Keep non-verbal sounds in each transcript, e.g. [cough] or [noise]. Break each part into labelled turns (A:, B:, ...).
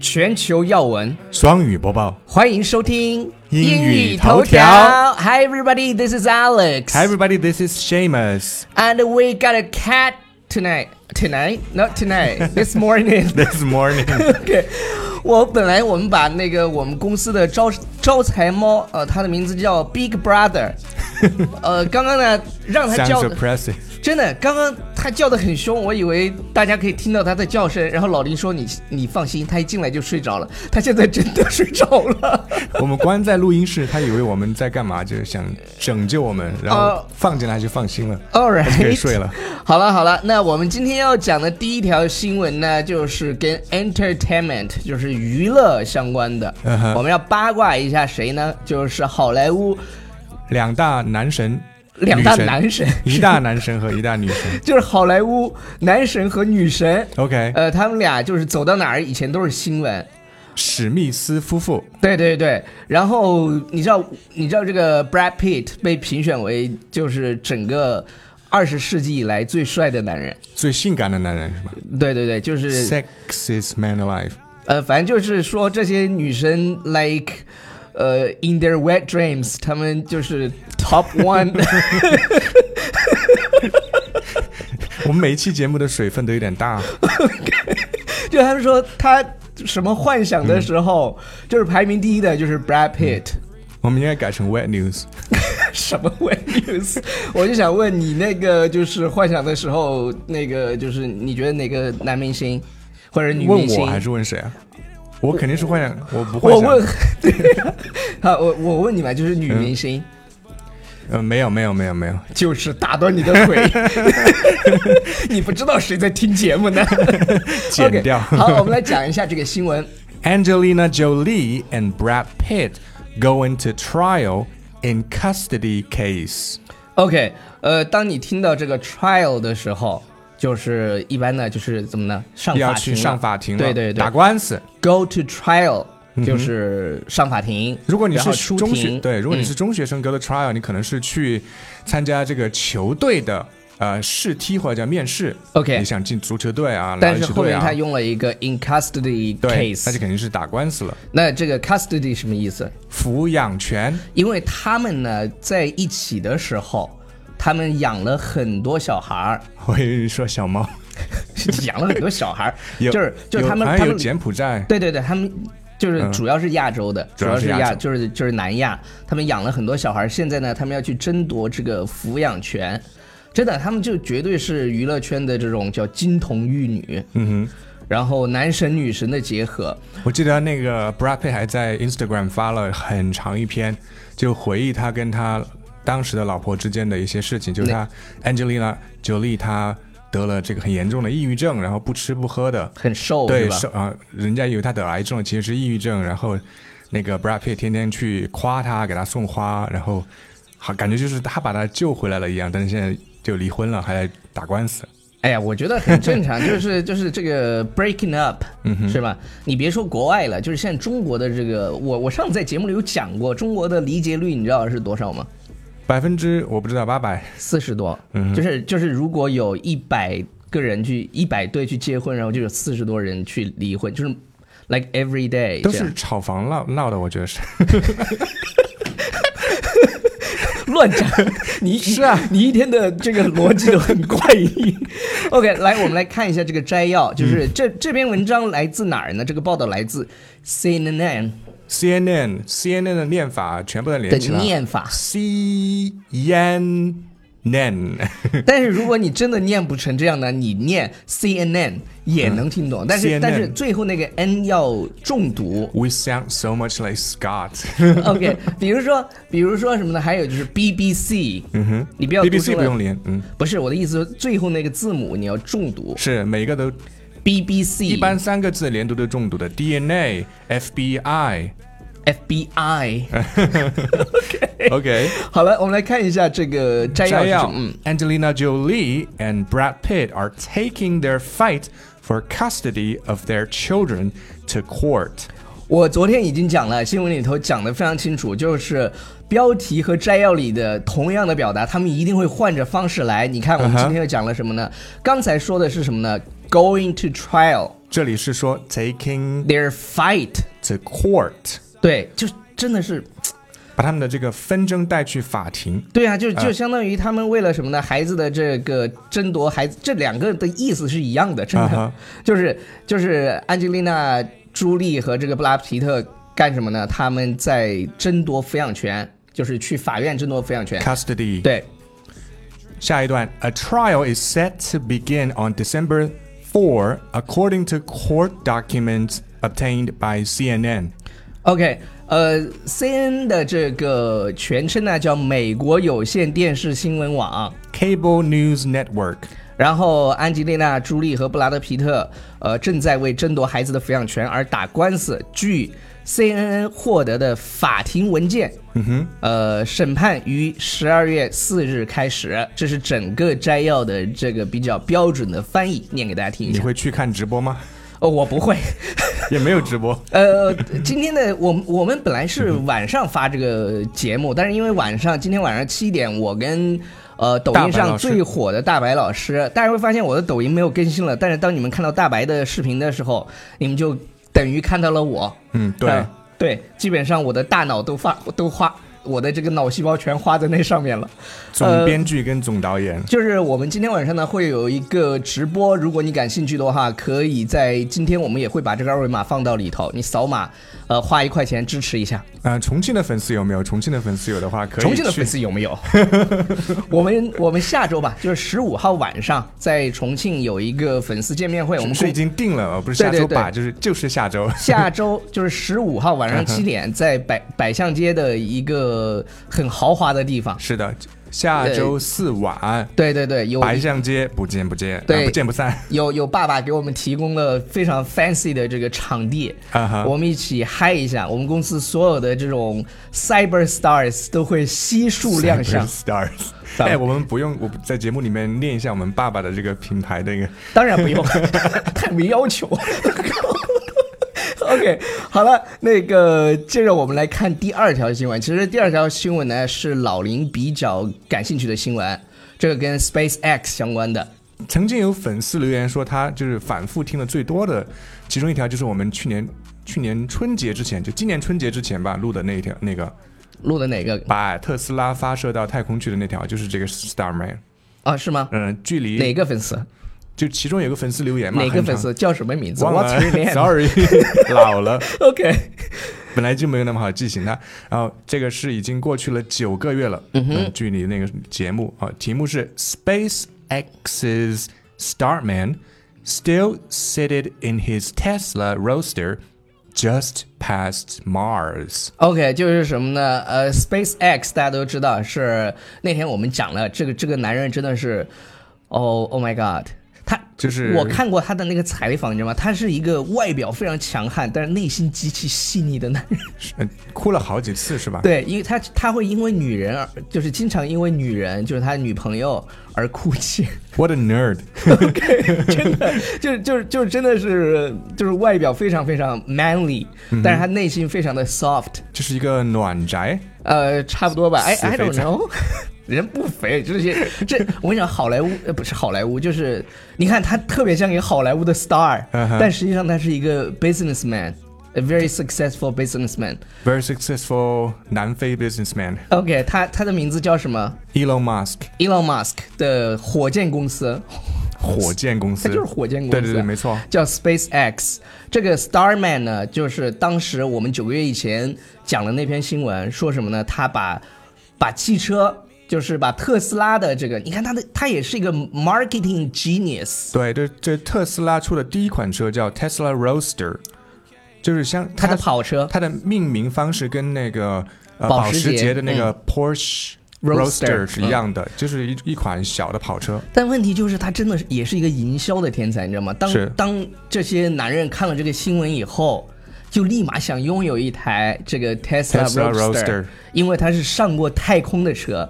A: 全球要闻，
B: 双语播报。
A: 欢迎收听
B: 英语头条
A: Hi everybody, this is Alex.
B: Hi everybody, this is Seamus.
A: And we got a cat tonight. Tonight? Not [laughs] tonight. This morning.
B: [laughs] This
A: [laughs]
B: [laughs] morning，
A: OK，我本来我们把那个我们公司的招招财猫，呃，它的名字叫 Big [laughs] Brother，呃，刚刚呢让它
B: sounds
A: 叫，
B: oppressive。
A: 真的，刚刚它叫的很凶，我以为大家可以听到它的叫声，然后老林说你你放心，它一进来就睡着了，它现在真的睡着了，
B: 我们关在录音室，他以为我们在干嘛，就是想拯救我们，然后
A: 哦
B: 放进来就放心了，
A: All right，
B: 他就可以睡了。
A: [laughs] 好了好了，那我们今天要讲的第一条新闻呢，就是跟 entertainment 就是娱乐相关的。
B: 嗯哼
A: 我们要八卦一下谁呢？就是好莱坞
B: 两大男神，
A: [laughs] 两大
B: 女神
A: 男神， [laughs]
B: 一大男神和一大女神。
A: 就是好莱坞男神和女神。
B: OK，
A: 呃，他们俩就是走到哪儿以前都是新闻。
B: 史密斯夫妇
A: 对对对，然后你知道你知道这个 Brad Pitt 被评选为就是整个二十世纪以来最帅的男人。
B: 最性感的男人是吧
A: 对对对，就是
B: ？Sexiest man alive。
A: 呃，反正就是说这些女生，like，呃，in their wet dreams，她们就是
B: [laughs]
A: top one。 [laughs]
B: 我们每一期节目的水分都有点大，
A: [laughs] 就他们说她什么幻想的时候，
B: 嗯
A: 就是排名第一的就是 Brad Pitt。
B: 我们应该改成 wet news。嗯
A: [laughs] 什么 wet news？我就想问你，那个就是幻想的时候，那个就是你觉得哪个男明星或者女
B: 问
A: 明星？
B: 我还是问谁啊？我肯定是幻想，我不幻
A: 我
B: 想。嗯
A: 问， [laughs] 对，啊好，我我问你嘛，就是女明星，
B: 呃，没有没有没有没有，
A: 就是打断你的
B: [laughs]
A: 腿，你不知道谁在听节目
B: [laughs]
A: 呢。
B: 剪掉。
A: OK，好，我们来讲一下这个新闻。
B: [laughs] Angelina Jolie and Brad Pitt go into trial in custody case.
A: OK，呃，当你听到这个 trial 的时候，就是一般呢，就是怎么呢？上
B: 要
A: 法
B: 去
A: 庭，
B: 上法庭了，
A: 对对对，
B: 打官司。嗯
A: go to trial 就是上法庭。
B: 如果你
A: 然后
B: 是
A: 出
B: 中学，
A: 庭，
B: 对，如果你
A: 嗯
B: 是中学生 go to trial，、你可能是去参加这个球队的呃试踢或者叫面试。
A: OK
B: 你想进足球队啊，
A: 但
B: 篮
A: 是
B: 球
A: 后
B: 队
A: 面
B: 啊
A: 他用了一个 in custody
B: 对，那就
A: case，
B: 肯定是打官司了，
A: 那这个 custody 什么意思？
B: 抚养权。
A: 因为他们呢在一起的时候，他们养了很多小孩儿， [laughs]
B: 我以为你说小猫，
A: 养了很多小孩儿，
B: [laughs] 有
A: 就是就是
B: 有
A: 他们
B: 好
A: 他
B: 像有
A: 们
B: 柬埔寨，
A: 对对对，他们就是
B: 嗯
A: 主要是亚洲的，主
B: 主要
A: 要
B: 是
A: 是
B: 亚
A: 亚
B: 洲
A: 就是就是南亚，他们养了很多小孩儿，现在呢，他们要去争夺这个抚养权，真的，他们就绝对是娱乐圈的这种叫金童玉女，
B: 嗯
A: 然后男神女神的结合，
B: 哼，我记得那个 Brad Pitt 还在 Instagram 发了很长一篇，就回忆他跟他当时的老婆之间的一些事情，就是他 Angelina Jolie 她得了这个很严重的抑郁症，然后不吃不喝的，
A: 很瘦哦
B: 对，
A: 是吧
B: 是？啊、人家以为他得癌症了，其实是抑郁症。然后那个 Brad Pitt 天天去夸他，给他送花，然后好感觉就是他把他救回来了一样。但是现在就离婚了，还来打官司。
A: 哎呀，我觉得很正 [laughs] 常，就是就是这个 breaking up，、是吧？你别说国外了，就是现在中国的这个，我我上次在节目里有讲过，中国的离结率你知道是多少吗？
B: 百分之我不知道八百，
A: 四十多，就是就是如果有一百个人去一百对去结婚，然后就有四十多人去离婚，就是 like every day
B: 都
A: 这样
B: 是炒房闹闹的，我觉得是。
A: 乱讲， [laughs] 你是啊，你一天的这个逻辑都很怪 [laughs] 异。OK，来我们来看一下这个摘要，就是这、这篇文章来自哪儿呢？这个报道来自 CNN
B: CNN CNN 的念法全部都
A: 的
B: 连起来。
A: 念法，
B: C N N，
A: [laughs]
B: [laughs]
A: 但是如果你真的念不成这样呢，你念 CNN 也能听懂，但是
B: CNN
A: 但是最后那个 n 要重读。
B: [laughs] We sound so much
A: [laughs]
B: like Scott。
A: OK，比如说，比如说什么呢？还有就是 BBC，嗯哼，你不要读
B: BBC
A: 出
B: 不
A: 来
B: 用连，嗯，
A: 不是我的意思，最后那个字母你要重读
B: 是每一个都
A: BBC，
B: 一般三个字连读都中毒的 DNA、FBI。
A: [laughs] FBI。
B: OK，
A: 好了，我们来看一下这个摘要
B: 摘
A: 是什
B: 要
A: 么。嗯，
B: ：Angelina Jolie and Brad Pitt are taking their fight for custody of their children to court。
A: 我昨天已经讲了，新闻里头讲的非常清楚，就是标题和摘要里的同样的表达，他们一定会换着方式来。你看，我们
B: 嗯哼
A: 今天又讲了什么呢？刚才说的是什么呢？Going to trial。
B: 这里是说 taking
A: Their fight，
B: to court，
A: 对，就真的是，
B: 把他们的这个纷争带去法庭。
A: 对啊，就
B: 嗯
A: 就相当于他们为了什么呢？孩子的这个争夺孩子，这两个的意思是一样的，真
B: 啊
A: 的，
B: 哈，
A: 就是就是安吉丽娜·朱莉和这个布拉皮特干什么呢？他们在争夺抚养权，就是去法院争夺抚养权。
B: custody。
A: 对，
B: 下一段，A trial is set to begin on December four, according to court documents obtained by CNN。
A: OK，呃，CN 的这个全称呢叫美国有线电视新闻网。
B: Cable News Network。
A: 然后，安吉丽娜·朱莉和布拉德·皮特，呃，正在为争夺孩子的抚养权而打官司。据 CNN 获得的法庭文件，嗯哼，呃，审判于十二月四日开始。这是整个摘要的这个比较标准的翻译，念给大家听一
B: 你
A: 下。
B: 会去看直播吗？ [laughs]
A: 哦，我不会。
B: 也没有直播。
A: 呃，今天的我们我们本来是晚上发这个节目，但是因为晚上今天晚上七点，我跟呃抖音
B: 大白
A: 上
B: 老师
A: 最火的大白老师，大家会发现我的抖音没有更新了，但是当你们看到大白的视频的时候，你们就等于看到了我。
B: 嗯，对。
A: 呃对，基本上我的大脑都发都花，我的这个脑细胞全花在那上面了。
B: 总编剧跟总导演，
A: 就是我们今天晚上呢会有一个直播，如果你感兴趣的话，可以在今天我们也会把这个二维码放到里头，你扫码，呃，花一块钱支持一下。
B: 呃，重庆的粉丝有没有？重庆的粉丝有的话，可以
A: 重庆的粉
B: 去
A: 丝有
B: [laughs]
A: 没有？我们我们下周吧，就是十五号晚上在重庆有一个粉丝见面会，我们
B: 是已
A: 共
B: 经定了，呃不是下周
A: 对对对
B: 吧？就是就是下周。
A: 下周就是十五号晚
B: 嗯
A: 上七点，在百百象街的一个很豪华的地方。
B: [laughs] 是的，下周四晚，
A: 对对对，有
B: 白象街不见不见，
A: 对
B: 呃不见不散。
A: 有有爸爸给我们提供了非常 fancy 的这个场地，
B: 啊哈
A: 我们一起嗨一下。我们公司所有的这种 cyber stars 都会悉
B: [laughs]
A: 数亮相
B: Cyber。stars，
A: [laughs] 咱们
B: 哎，我们不用，我在节目里面念一下我们爸爸的这个品牌的一个
A: 当然不用， [laughs] 太没要求。OK，好了，那个接着我们来看第二条新闻。其实第二条新闻呢是老林比较感兴趣的新闻，这个跟 SpaceX 相关的。
B: 曾经有粉丝留言说，他就是反复听的最多的，其中一条就是我们去年去年春节之前，就今年春节之前吧录的那一条，那个
A: 录的哪个
B: 把特斯拉发射到太空去的那条，就是这个 Starman。
A: 啊？是吗？
B: 嗯、距
A: 哪
B: 离
A: 个粉丝？
B: 就其中有个粉丝留言嘛，
A: 哪个
B: 很长
A: 粉？丝叫什么名字
B: 忘
A: ？What's
B: 了 [laughs]
A: your [laughs] name？OK，、
B: ，sorry，老了， [laughs] 本来就没有那么好记性他。然后这个是已经过去了九个月了，嗯哼，距离那个节目啊，题目是 SpaceX's Starman still seated in his Tesla Roadster just past Mars。
A: OK，就是什么呢？呃，SpaceX 大家都知道是那天我们讲了，这个这个男人真的是，哦，Oh my God，他
B: 就是
A: 我看过他的那个采访，你知道吗？他是一个外表非常强悍，但是内心极其细腻的男人。 [laughs]
B: 呃哭了好几次是吧？
A: 对，因为他他会因为女人而，就是经常因为女人，就是他女朋友而哭泣。 [laughs]
B: ，What a nerd！
A: OK，真
B: [laughs]
A: 的就是就是就是真的是就是外表非常非常 manly，但是
B: 嗯
A: 他内心非常的 soft。
B: 就是一个暖宅，
A: 呃，差不多吧。哎
B: 死
A: ，I
B: 肥
A: don't
B: 宅
A: know，人 [laughs] 不肥，这些 [laughs] 这我跟你讲，好莱坞呃不是好莱坞，就是你看他特别像一个好莱坞的 star，、
B: 嗯哼
A: 但实际上他是一个 businessman。A very successful businessman。
B: very successful 南非 businessman
A: OK，他他的名字叫什么
B: Elon Musk，
A: ？Elon Musk 的火箭公司，
B: 火箭公司，
A: 它就是火箭公司啊
B: 对对对，没错。
A: 叫 SpaceX。这个 Starman 呢，就是当时我们九个月以前讲的那篇新闻，说什么呢？他把把汽车，就是把特斯拉的这个，你看他的，他也是一个 marketing genius。
B: 对，这这特斯拉出的第一款车叫 Tesla Roadster，就是像
A: 他的
B: 它
A: 跑车
B: 它的命名方式跟那个、呃、
A: 保
B: 保
A: 时
B: 时
A: 捷嗯
B: 捷的那个 Porsche
A: Roadster，嗯
B: Roadster 是一样的，就是一一款小的跑车。
A: 但问题就是，他真的是也是一个营销的天才，你知道吗？当
B: 是
A: 当这些男人看了这个新闻以后，就立马想拥有一台这个 Tesla
B: Tesla
A: Roadster，
B: Roadster
A: 因为它是上过太空的车。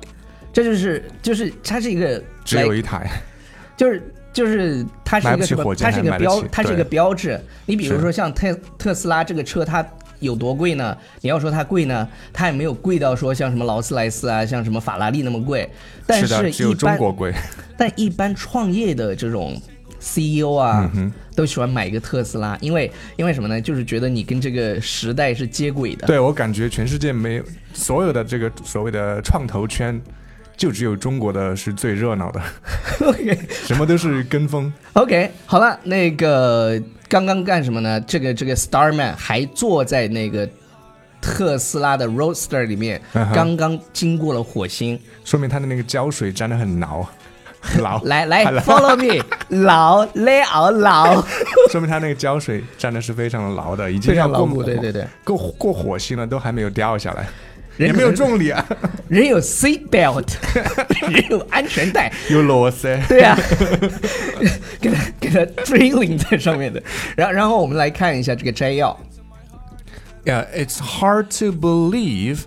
A: 这就是就是它是一个
B: 只有一台，
A: 就是就是它是一
B: 买不
A: 个
B: 起
A: 什么？
B: 火箭
A: 它是一个
B: 还买得
A: 标
B: 起，
A: 它是一个
B: 对
A: 标志。你比如
B: 是
A: 说像特特斯拉这个车，它有多贵呢？你要说它贵呢，它也没有贵到说像什么劳斯莱斯啊，像什么法拉利那么贵。但
B: 的，只
A: [laughs]
B: 有
A: 一
B: 中
A: 般
B: 国贵。
A: 但一般创业的这种 CEO 啊，
B: 嗯
A: 都喜欢买一个特斯拉，因为因为什么呢？就是觉得你跟这个时代是接轨的。
B: 对我感觉全世界没有所有的这个所谓的创投圈，就只有中国的是最热闹的，
A: [laughs] OK
B: 什么都是跟风。
A: OK，好了，那个刚刚干什么呢？这个这个 Starman 还坐在那个特斯拉的 Roadster 里面，
B: 嗯哼
A: 刚刚经过了火星。
B: 说明他的那个胶水粘得很牢，牢，
A: 来来
B: 好了
A: ，follow
B: [laughs]
A: me，老累熬老，
B: 说明他那个胶水粘的是非常牢的，已经
A: 非
B: 要
A: 常牢
B: 过
A: 固。对对对，
B: 过过火星了，都还没有掉下来，
A: 人
B: 也
A: 可
B: 没有
A: 能
B: 重力啊，
A: 人有 seat
B: [laughs]
A: belt，人 [laughs] 有安全带，
B: 有螺丝。
A: 对
B: [laughs]
A: 啊，给他给他追铃在上面的。然后然后我们来看一下这个摘要。
B: Yeah, it's hard to believe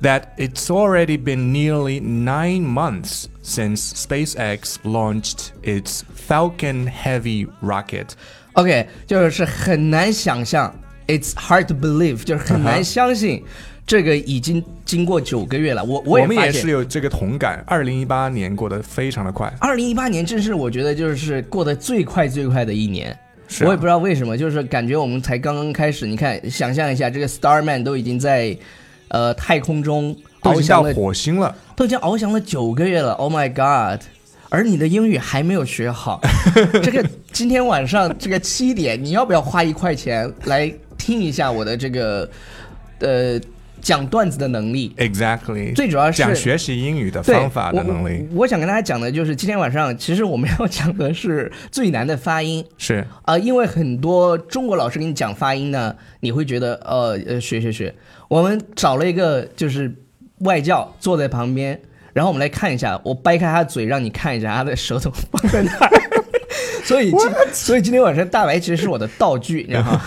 B: that it's already been nearly nine months since SpaceX launched its Falcon Heavy rocket.
A: OK，就是很难想象，It's hard to believe，就是很难相信，这个已经经过九个月了。我我
B: 我们
A: 发
B: 也是
A: 现，
B: 有这个同感，二零一八年过得非常的快。
A: 二零一八年真是我觉得就是过得最快最快的一年。
B: 是啊
A: 我也不知道为什么，就是感觉我们才刚刚开始。你看，想象一下，这个 Starman 都已经在，呃，太空中
B: 都
A: 翱
B: 已经
A: 翔
B: 到
A: 了，
B: 火星了，
A: 都已经翱翔了九个月了。Oh my god！而你的英语还没有学
B: [laughs]
A: 好，这个今天晚上这个七点，你要不要花一块钱来听一下我的这个呃讲段子的能力？
B: Exactly，
A: 最主要是
B: 讲学习英语的
A: 对
B: 方法的能力
A: 我我。我想跟大家讲的就是，今天晚上其实我们要讲的是最难的发音。
B: 是
A: 啊，因为很多中国老师给你讲发音呢，你会觉得呃呃学学学。我们找了一个就是外教坐在旁边，然后我们来看一下，我掰开他的嘴让你看一下他的舌头放在哪儿。 [laughs] 所以今所以今天晚上大白其实是我的道具，
B: [laughs]
A: 你知道吗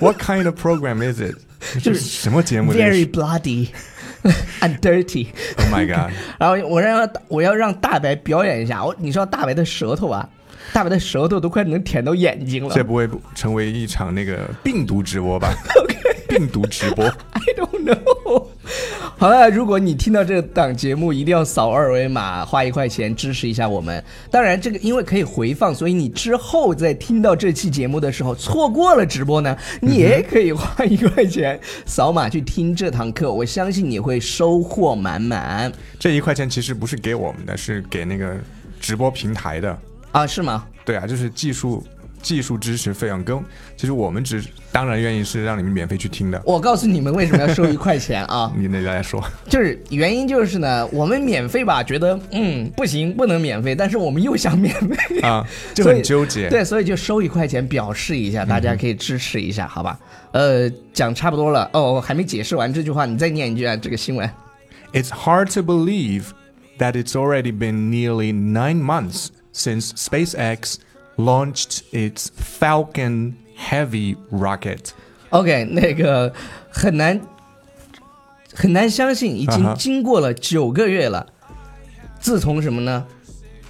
B: What kind of program is it？
A: 就
B: 这
A: 是
B: 是什么节目这
A: ？Very
B: 是
A: bloody [laughs] and dirty。
B: ？Oh my god！
A: 然后我让他我要让大白表演一下，我你知道大白的舌头啊，大白的舌头都快能舔到眼睛了
B: 这。不会成为一场那个病毒直播吧病毒直播。
A: I don't know。好 [laughs] 了，如果你听到这档节目，一定要扫二维码，花一块钱支持一下我们。当然，这个因为可以回放，所以你之后在听到这期节目的时候，错过了直播呢，你也可以花一块钱扫码去听这堂课。我相信你会收获满满
B: 这一块钱其实不是给我们的，是给那个直播平台的。
A: 啊，是吗？
B: 对啊，就是技术技术支持费用跟其实我们只当然愿意是让你们免费去听的。，
A: 我告诉你们为什么要收一块钱啊
B: 你那来说，
A: 就是原因就是呢，我们免费吧，觉得嗯不行，不能免费，但是我们又想免费
B: 啊 [laughs] 就
A: 所以
B: 很纠结
A: 对，所以就收一块钱表示一下，大家可以支持一下，好吧？呃，讲差不多了，哦，我还没解释完这句话，你再念一句啊，这个新闻。
B: It's hard to believe that it's already been nearly nine months since SpaceX launched its Falcon Heavy rocket.
A: OK，那个很难很难相信，已
B: 啊哈
A: 经经过了九个月了，自从什么呢？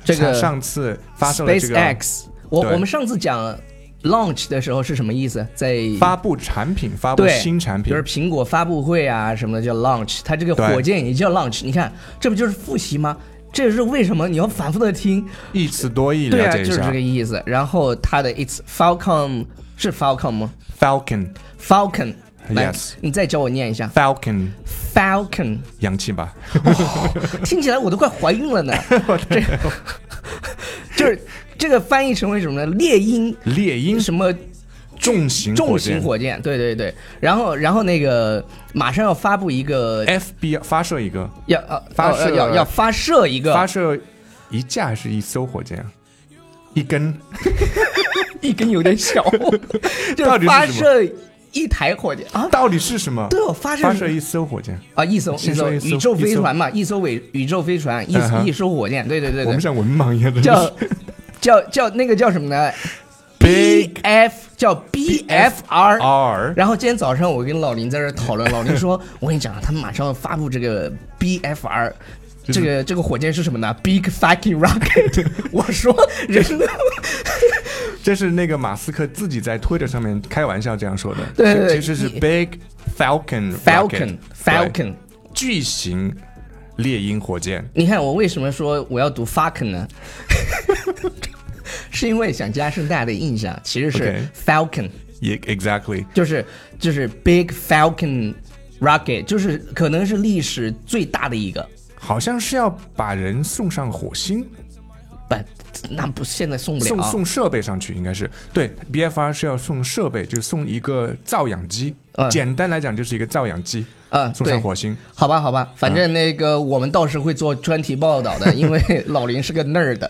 A: 这个
B: 上次发售了这个
A: SpaceX，我
B: 对
A: 我们上次讲 launch 的时候是什么意思？在
B: 发布产品、发布
A: 对
B: 新产品
A: 就是，苹果发布会啊什么的叫 launch，它这个
B: 对
A: 火箭也叫 launch，你看这不就是复习吗？这也是为什么你要反复的听，
B: 一词多义，
A: 对
B: 了
A: 啊，
B: 解
A: 就
B: 一
A: 是这
B: 下
A: 个。意思。然后它的 It's Falcon 是 Falcon 吗
B: Falcon
A: ？Falcon，来
B: Yes
A: 你再教我念一下
B: Falcon
A: Falcon，
B: 洋气吧？
A: 听起来我都快怀孕了
B: [laughs]
A: 呢。这就是这个翻译成为什么呢？猎鹰
B: 猎鹰
A: 什么
B: 重型
A: 重
B: 火
A: 型
B: 箭
A: 火箭？对对对。然后然后那个马上要发布一个
B: FB 发射一个，
A: 要呃哦
B: 发
A: 要
B: 射
A: 要要发射一个
B: 发射一架还是一艘火箭啊？一根
A: 一根有点小，就
B: [laughs] 到
A: 是
B: 底是
A: 发
B: 什么
A: 射一台火箭啊。
B: 到底是什么？
A: 对哦，发射
B: 发射一艘火箭，
A: 啊，一艘
B: 先
A: 艘
B: 说一艘
A: 宇宙
B: 一
A: 飞
B: 艘
A: 船嘛，一艘伟宇宙飞船，一
B: 嗯哼
A: 一艘火箭，对对对
B: 我们
A: 对，
B: 像文盲一样的。
A: 叫
B: [laughs]
A: 叫叫那个叫什么呢
B: Big
A: F 叫 BFR。
B: R
A: 然后今天早上我跟老林在这儿讨论，老林说：“我跟你讲，他们马上要发布这个 BFR，这个这个火箭是什么呢？Big fucking rocket。” [laughs] 我说：“人类
B: 这是那个马斯克自己在推特上面开玩笑这样说的，
A: 对对对
B: 其实是
A: 你
B: Big Falcon
A: Falcon
B: rocket，对
A: Falcon。”
B: 巨型猎鹰火箭，
A: 你看我为什么说我要读 fuck 呢？ [laughs] 是因为想加深大家的印象，其实是
B: OK
A: Falcon，
B: Yeah, exactly.
A: 就是就是 Big Falcon Rocket，就是可能是历史最大的一个。
B: 好像是要把人送上火星，
A: 不，那不现在送不了。
B: 送送设备上去，应该是对 BFR 是要送设备，就是送一个造氧机。
A: 嗯
B: 简单来讲，就是一个造氧机，
A: 嗯
B: 送上
A: 对
B: 火星。
A: 好吧，好
B: 嗯
A: 吧，反正那个我们到时会做专题报道
B: [laughs]
A: 的，因为老林是个 nerd。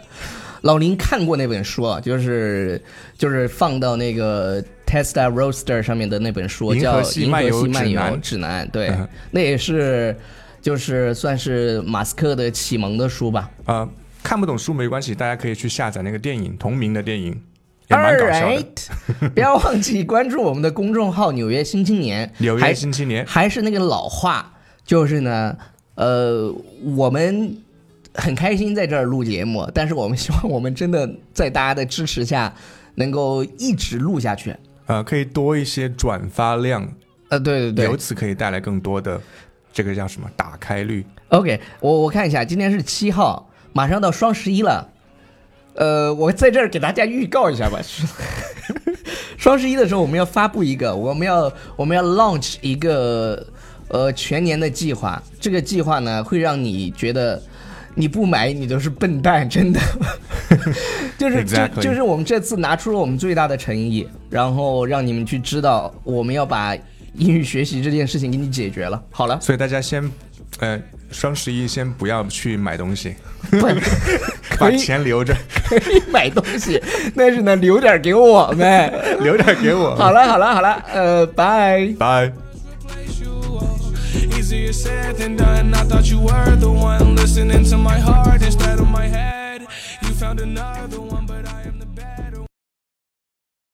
A: 老林看过那本书啊，就是就是放到那个 Tesla Roadster 上面的那本书，
B: 银
A: 叫
B: 河
A: 《
B: 系
A: 银河
B: 漫游
A: 系
B: 指
A: 漫游
B: 南
A: 指南》。对
B: 嗯，
A: 那也是就是算是马斯克的启蒙的书吧。
B: 呃，看不懂书没关系，大家可以去下载那个电影同名的电影，也蛮搞笑
A: All
B: 的。 [laughs]
A: right，不要忘记关注我们的公众号《纽约新青年》，
B: 纽
A: 还
B: 约新青年，
A: 还是那个老话，就是呢，呃，我们很开心在这儿录节目，但是我们希望我们真的在大家的支持下，能够一直录下去。
B: 呃，可以多一些转发量，
A: 呃，对对
B: 由
A: 对
B: 此可以带来更多的这个叫什么打开率。
A: ，OK，我我看一下，今天是七号，马上到双十一了，呃，我在这儿给大家预告一下吧。 [laughs] 双十一的时候，我们要发布一个，我们要我们要 launch 一个呃全年的计划。这个计划呢，会让你觉得你不买你都是笨蛋，真的。 [laughs] 就是就
B: Exactly
A: 就是我们这次拿出了我们最大的诚意，然后让你们去知道我们要把英语学习这件事情给你解决了。好了，
B: 所以大家先，呃，双十一先不要去买东西，
A: [laughs] 笨。
B: 把
A: 可以
B: 钱留着，
A: 可以买东西，但是呢，留点儿给我们。
B: 留点给我。
A: 好了好了好了，呃，拜。
B: 拜。
C: Easier said than done. I thought you were the one.